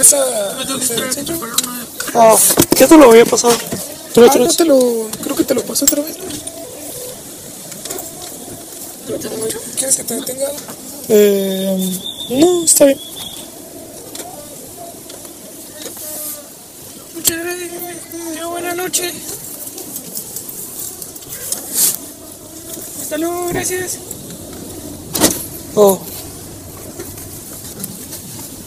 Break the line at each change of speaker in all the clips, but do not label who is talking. esa.
Me tengo que esperar para preparar una.
Ah, ya te lo había pasado. Pero
Ah,
otra
no
vez.
te lo. Creo que te lo pasé otra vez. ¿no? ¿Te lo tengo yo?
¿Quieres que te detenga? Eh, no, está bien.
Muchas gracias. Ya, Buenas noches. Hasta luego, gracias.
Oh.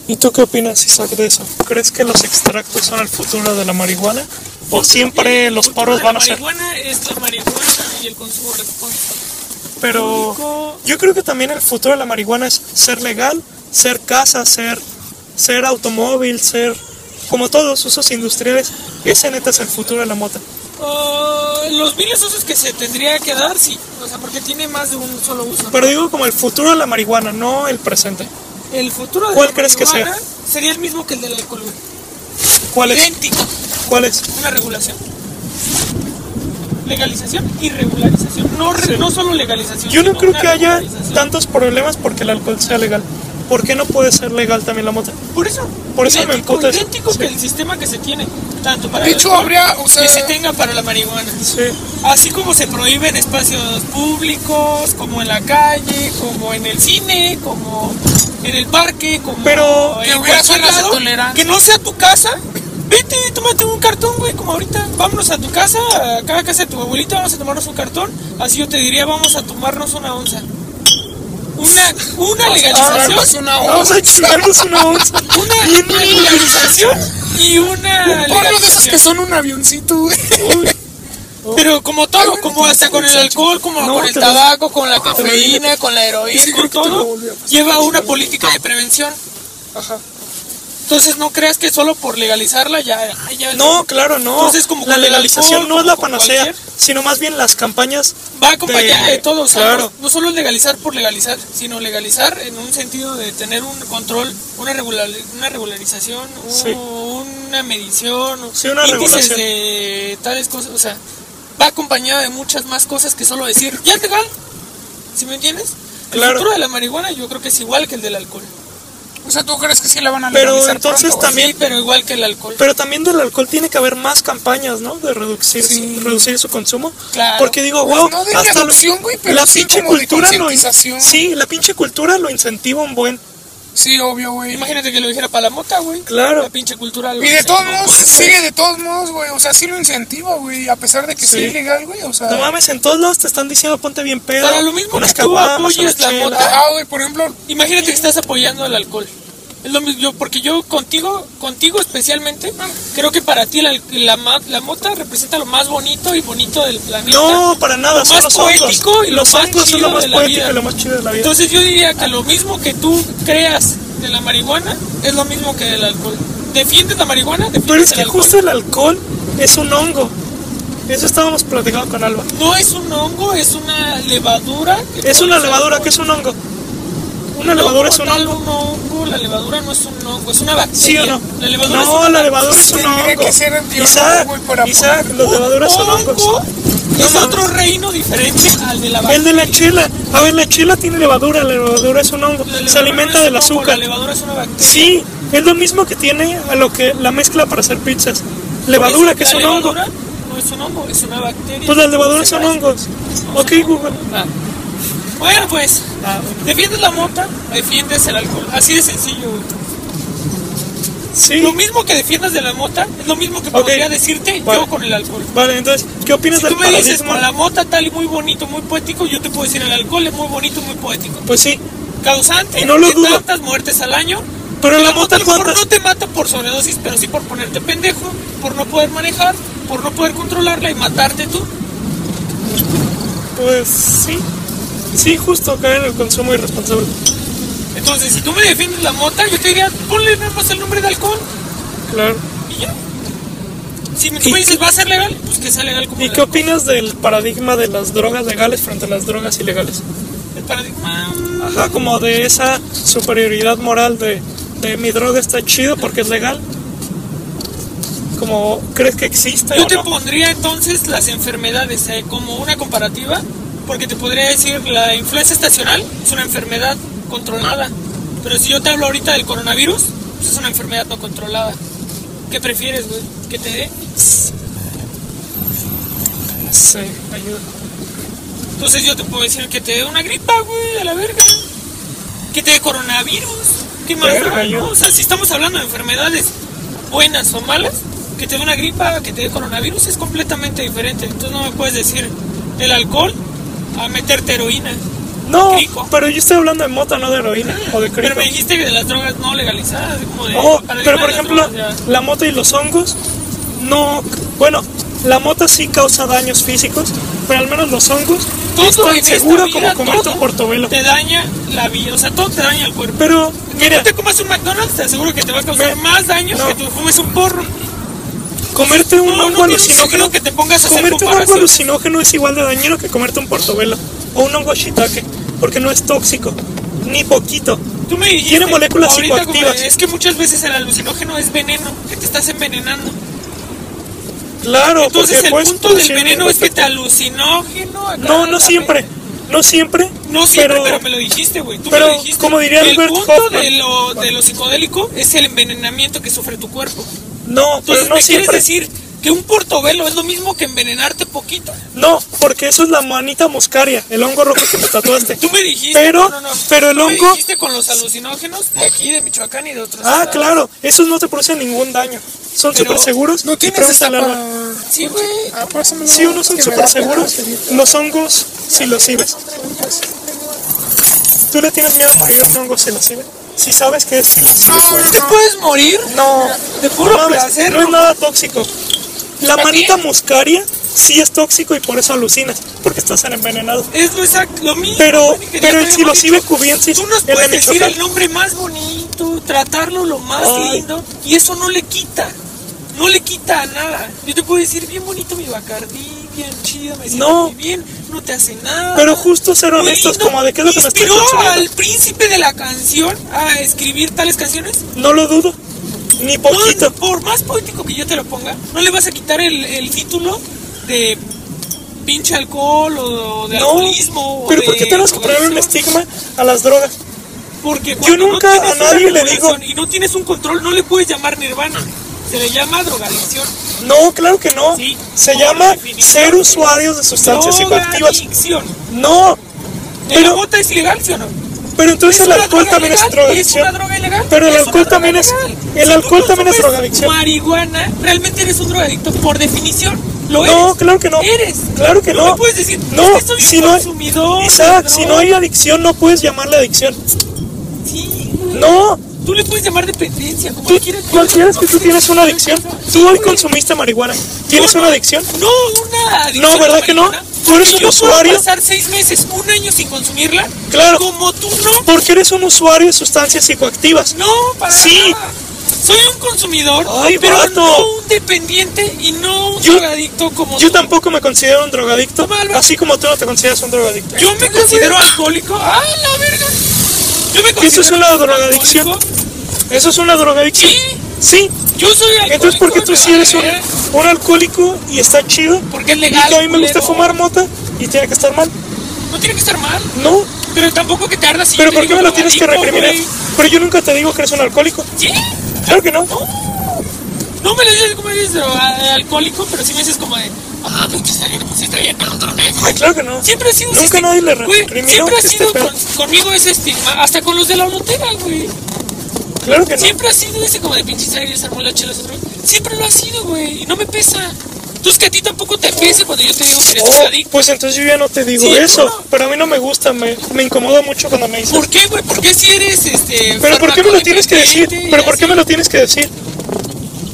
¿Y tú qué opinas, Isaac, de eso? ¿Crees que los extractos son el futuro de la marihuana? ¿O siempre los paros van a ser?
La marihuana es la marihuana y el consumo responsable.
Pero yo creo que también el futuro de la marihuana es ser legal, ser casa, ser, ser automóvil, ser como todos usos industriales. Ese neta es el futuro de la mota.
Ah, los miles usos que se tendría que dar, sí. O sea, porque tiene más de un solo uso.
Pero digo como el futuro de la marihuana, no el presente.
El futuro de
¿Cuál
la
crees que sea?
marihuana Sería el mismo que el del alcohol. güey.
¿Cuál es?
Idéntico.
¿Cuál es?
Una regulación. Legalización y regularización. No, re-
Sí.
no solo legalización.
Yo no
sino
creo
una
que haya
regularización.
tantos problemas porque el alcohol sea legal. ¿Por qué no puede ser legal también la mota?
Por eso.
Por eso me
idéntico,
emputa eso.
idéntico
Sí.
que el sistema que se tiene. Tanto para
De
el
hecho,
alcohol
habría, o sea-
que se tenga para la marihuana.
Sí.
Así como se prohíben espacios públicos, como en la calle, como en el cine, como en el parque, como
Pero
en
que hubiera
cualquier
zonas de
lado,
tolerancia.
que no sea tu casa. Vete, tómate un cartón, güey, como ahorita. Vámonos a tu casa, a cada casa de tu abuelita, vamos a tomarnos un cartón. Así yo te diría, vamos a tomarnos una onza. Una, una legalización.
Es una
Vamos a
hoja.
chingarnos una onza. Bien,
Una legalización y una
Ponlo de esos
legalización.
que son un avioncito, güey.
Pero como todo, como hasta con el alcohol, como
No,
con el
te lo-
tabaco, con la cafeína,
olvídate.
con la
Sí,
heroína,
creo
con
que te lo
todo,
volví a pasar.
lleva una política de prevención.
Ajá.
Entonces no creas que solo por legalizarla ya... ay, ya-
No, claro, no.
Entonces, como
la
con el
legalización
alcohol,
no es la
como con
panacea,
cualquier-
sino más bien las campañas.
Va acompañada
de-
de todo, o sea,
claro.
no, no solo es legalizar por legalizar, sino legalizar en un sentido de tener un control, una, regular, una regularización, un-
Sí.
una medición,
Sí, una
índices
regulación.
de tales cosas, o sea, va acompañada de muchas más cosas que solo decir, ya es legal, ¿sí me entiendes? El
Claro.
futuro de la marihuana yo creo que es igual que el del alcohol.
O sea, ¿tú crees que sí la van a
Pero
legalizar
entonces
pronto, güey?
También-
Sí, pero igual que el alcohol.
Pero también del alcohol tiene que haber más campañas, ¿no? De reducir,
Sí.
reducir su consumo.
Claro.
Porque digo,
Pues
wow,
no de
hasta lo-
reducción, güey, pero
la
sí
pinche
como de
cultura lo in-
concientización.
Sí, la pinche cultura lo incentiva un buen.
Sí, obvio, güey.
Imagínate que lo dijera para la mota, güey.
Claro.
La pinche cultura.
Y de todos modos, sigue de todos modos, güey. O sea, sí lo incentiva, güey. A pesar de que
Sí.
sea ilegal, güey. O sea,
No mames, en todos lados te están diciendo ponte bien pedo.
Para lo mismo
unas
que tú
caguamas,
apoyas
unas
la
chelas.
mota.
ah, güey, por ejemplo,
Imagínate que estás apoyando el alcohol. Es lo mismo, yo, porque yo contigo, contigo especialmente,
Ah.
creo que para ti la, la, ma- la mota representa lo más bonito y bonito del planeta.
No, para nada,
Lo
son
más
los
poético
hongos.
y lo
los
más
hongos son
chido
lo más
de la
poético
vida.
y lo más chido de la vida.
Entonces yo diría que lo mismo que tú creas de la marihuana es lo mismo que del alcohol. Defiendes la marihuana, defiendes
Pero es
el
que
alcohol.
justo el alcohol es un hongo. Eso estábamos platicando con Alba.
No es un hongo, es una levadura. que
Es una
produce
levadura,
alcohol.
que es un hongo? Una
No,
levadura es
como
un
tal,
hongo.
un hongo, La levadura no es un hongo, es una bacteria.
¿Sí o no?
La levadura es
no,
una
la levadura es un
Tendría
hongo.
que ser antibiótico,
Isaac,
güey, para
Isaac, las levaduras son hongos.
hongo es
No,
otro reino diferente al de la
El de la chela. A ver, la chela tiene levadura, la levadura es un hongo.
La levadura
Se alimenta
no es
del
un hongo,
azúcar.
La levadura es una bacteria.
Sí, es lo mismo que tiene a lo que la mezcla para hacer pizzas. Levadura, que es
La
un hongo.
levadura No es un hongo, es una bacteria.
Pues las levaduras son
hongos
hongos. Ok, Google.
Bueno, pues, defiendes la mota, defiendes el alcohol. Así de sencillo, güey.
Sí.
Lo mismo que defiendas de la mota es lo mismo que
Ok.
podría decirte
Vale.
yo con el alcohol.
Vale, entonces, ¿qué opinas
Si
del
tú me dices
paradigma?
con la mota tal y muy bonito, muy poético, yo te puedo decir el alcohol es muy bonito, muy poético.
Pues sí,
Causante
Y no lo
de
dudo.
tantas muertes al año.
pero la
La mota
mota
a lo mejor no
cuántas?
te mata por sobredosis, pero sí por ponerte pendejo, por no poder manejar, por no poder controlarla y matarte tú.
Pues sí. Sí, justo cae en el consumo irresponsable.
Entonces, si tú me defiendes la mota, yo te diría, ponle nada más el nombre de alcohol
Claro.
y ya. Si me- tú me
¿Y
dices, ¿va a ser legal? Pues que sea legal como
¿Y
el
qué opinas del paradigma de las drogas legales frente a las drogas ilegales?
el paradigma.
Ajá, como de esa superioridad moral de, de mi droga está chido porque es legal. Como, ¿crees que existe
Yo
o
te
no?
pondría entonces las enfermedades eh, como una comparativa, porque te podría decir la influenza estacional es una enfermedad controlada. Pero si yo te hablo ahorita del coronavirus, pues es una enfermedad no controlada. ¿Qué prefieres, güey? ¿Que te dé?
Sí.
Ayuda. Entonces yo te puedo decir que te dé una gripa, güey, a la verga. Que te dé coronavirus. ¿Qué más?
Verga,
da, no?
yo-
O sea, si estamos hablando de enfermedades buenas o malas, que te dé una gripa, que te dé coronavirus es completamente diferente. Entonces no me puedes decir del alcohol a meterte heroína.
No,
Crico. Ah,
pero yo estoy hablando de mota, no de heroína o de
Pero
crico.
me dijiste que de las drogas no legalizadas, como de...
Oh,
para
pero
eliminar
por
las
ejemplo,
drogas,
la mota y los hongos, no. Bueno, la mota sí causa daños físicos, pero al menos los hongos,
ya. Todo en
estoy
esta
seguro
vida,
como comerte
todo
un portobelo.
Te daña la vida, o sea, todo te daña el cuerpo.
Pero,
Que
mira,
tú te comas un McDonald's, te aseguro que te va a causar
Me-
más daño
no.
que tú fumes un porro.
comerte un
No,
hongo
no tiene
alucinógeno.
sentido que te pongas a hacer
comerte un hongo
comparación.
alucinógeno es igual de dañino que comerte un portobelo o un hongo shiitake, porque no es tóxico, ni poquito.
Tú me dijiste,
Tiene moléculas
ahorita, como de,
psicoactivas.
Es que muchas veces el alucinógeno es veneno, que te estás envenenando.
Claro,
Entonces
porque
el
puedes
punto del
producir
veneno es que te
efectos-
alucinógeno. acá,
No,
la
no siempre,
verga.
no siempre.
No siempre, pero, me lo dijiste, güey. Tú
pero,
me lo dijiste.
como diría
el
Albert
punto
Hoffman.
de lo, de lo psicodélico es el envenenamiento que sufre tu cuerpo.
No, pero
Entonces,
no
¿me quieres
siempre.
decir que un portobelo es lo mismo que envenenarte poquito?
No, porque eso es la manita muscaria, el hongo rojo que te tatuaste.
Tú me dijiste.
Pero,
no, no, no.
pero el
Tú me
hongo.
dijiste con los alucinógenos de aquí, de Michoacán y de otros.
Ah,
estados.
claro, esos no te producen ningún daño. Son
Pero-
súper seguros.
No
y
tienes esta
pregúntale a Alba.
para...
Sí, güey.
Ah, pásamelo.
Sí, unos son
Que me
súper
da
seguros.
pena.
Los hongos psilocibes. ¿Tú le tienes miedo a morir a un hongo psilocibe? Si sabes que es psilocibe
¿Te
fuerte.
puedes morir?
No,
De puro
no mames,
placer,
no es
¿no?
nada tóxico. La
¿Para
manita
qué?
muscaria sí es tóxico y por eso alucinas, porque estás envenenado.
Es lo exacto, lo mismo.
Pero,
güey, que ya
pero el
te habíamos
psilocibe
dicho.
cubiensis,
Tú nos
el de
puedes decir
Michoacán,
el nombre más bonito, tratarlo lo más
Ay.
lindo, y eso no le quita. No le quita a nada. Yo te puedo decir bien bonito mi Bacardí, bien chido, me siento
No.
muy bien, no te hace nada.
pero justo ser
Muy
honestos,
lindo.
como de qué es lo que me estoy
Inspiró al
consumiendo.
príncipe de la canción a escribir tales canciones.
No lo dudo, ni
No,
poquito.
por más poético que yo te lo ponga, no le vas a quitar el, el título de pinche alcohol o, de
No,
alcoholismo. o
pero
de
¿por qué tenemos que ponerle un
drogadicción.
estigma a las drogas?
Porque cuando
nunca
no tienes
a nadie
una
le digo-
regulación Y no tienes un control, no le puedes llamar nirvana. Se le llama drogadicción.
No, claro que no.
Sí,
Se
por
llama
definición.
ser usuarios de sustancias psicoactivas.
Drogadicción.
No,
¿El
Pero-
mota es ilegal, sí o no?
pero entonces
¿Es
el
una
alcohol
droga
también es
ilegal? ¿Es una
drogadicción.
droga ilegal?
Pero el
Es una
alcohol
droga
también es-
ilegal.
el
Si tú
alcohol también es
consumes
drogadicción.
marihuana, realmente eres un drogadicto por definición. Lo
No,
eres.
claro que no.
Eres.
Claro que
No
no.
me puedes decir,
No,
es que soy
si
un
no hay-
consumidor. de
Isaac, si no
droga.
hay adicción, no puedes llamarle adicción.
Sí, güey.
No,
Tú le puedes llamar dependencia, como
¿tú
quieras.
consideras que tú tienes una adicción? Tú hoy consumiste marihuana. ¿Tienes
No,
una
no.
adicción?
No, una adicción.
No,
a la
¿verdad que no?
marihuana.
Tú eres
Y
un
yo puedo
usuario.
pasar seis meses, un año sin consumirla.
Claro.
Como tú no.
Porque eres un usuario de sustancias psicoactivas.
No, para
Sí.
nada. Soy un consumidor,
Ay,
pero
vato.
no un dependiente y no un
Yo-
drogadicto como
Yo
tú.
tampoco me considero un drogadicto,
Toma, Alba.
así como tú no te consideras un drogadicto.
Yo me considero alcohólico. ¡Ah, la verga! Yo me considero
Eso es una drogadicción.
alcohólico.
¿Eso es una drogadicción?
Sí,
Sí.
yo soy alcohólico.
Entonces, ¿por qué tú
me
sí eres un,
vale verga,
un alcohólico y está chido?
Porque es
Y
legal.
que a mí me gusta
culero.
fumar mota y tiene que estar mal.
No tiene que estar mal,
No,
pero tampoco que te ardas. si
pero
yo te
¿por qué
digo
me lo tienes que
drogadicto,
recriminar?
güey.
Pero yo nunca te digo que eres un alcohólico.
Sí.
Claro que no.
No me lo dices como dices droga- alcohólico, pero sí me dices como de. Ah, pues te salí, pues sí traía para otro lado".
Ay, claro que no.
Siempre ha sido ese
Nunca
estigma,
nadie le
güey,
recriminó
Siempre ha
este
sido
pedo.
con- conmigo ese estigma, hasta con los de la lotera, güey.
Claro que no.
Siempre ha sido ese como de pinche sangre, se armó la chela, se armó- Siempre lo ha sido, güey. Y no me pesa. Entonces que a ti tampoco te pese cuando yo te digo que eres
Oh,
drogadicto.
pues entonces yo ya no te digo
Sí,
eso.
no.
Pero a mí no me gusta, me, me incomoda mucho cuando me dices.
¿Por qué, güey? ¿Por qué si eres este.
Pero ¿por qué me lo tienes que decir?
farmacodependiente y
Pero ¿por qué
así?
me lo tienes que decir?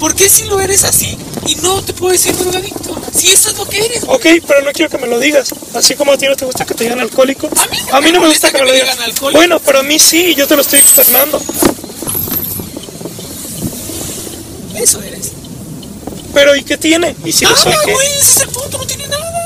¿Por qué si lo eres así y no te puedes decir drogadicto? Si eso es lo que eres,
Ok, pero no quiero que me lo digas. Así como a ti no te gusta que te digan alcohólico,
A mí no
a mí no
me
me gusta
molesta
que me lo digas.
alcohólico.
Bueno, pero a mí sí, y yo te lo estoy externando.
eso eres.
Pero ¿y qué tiene? ¿Y si lo
Nada,
soy qué?
Ah, güey, ese es el punto, no tiene nada.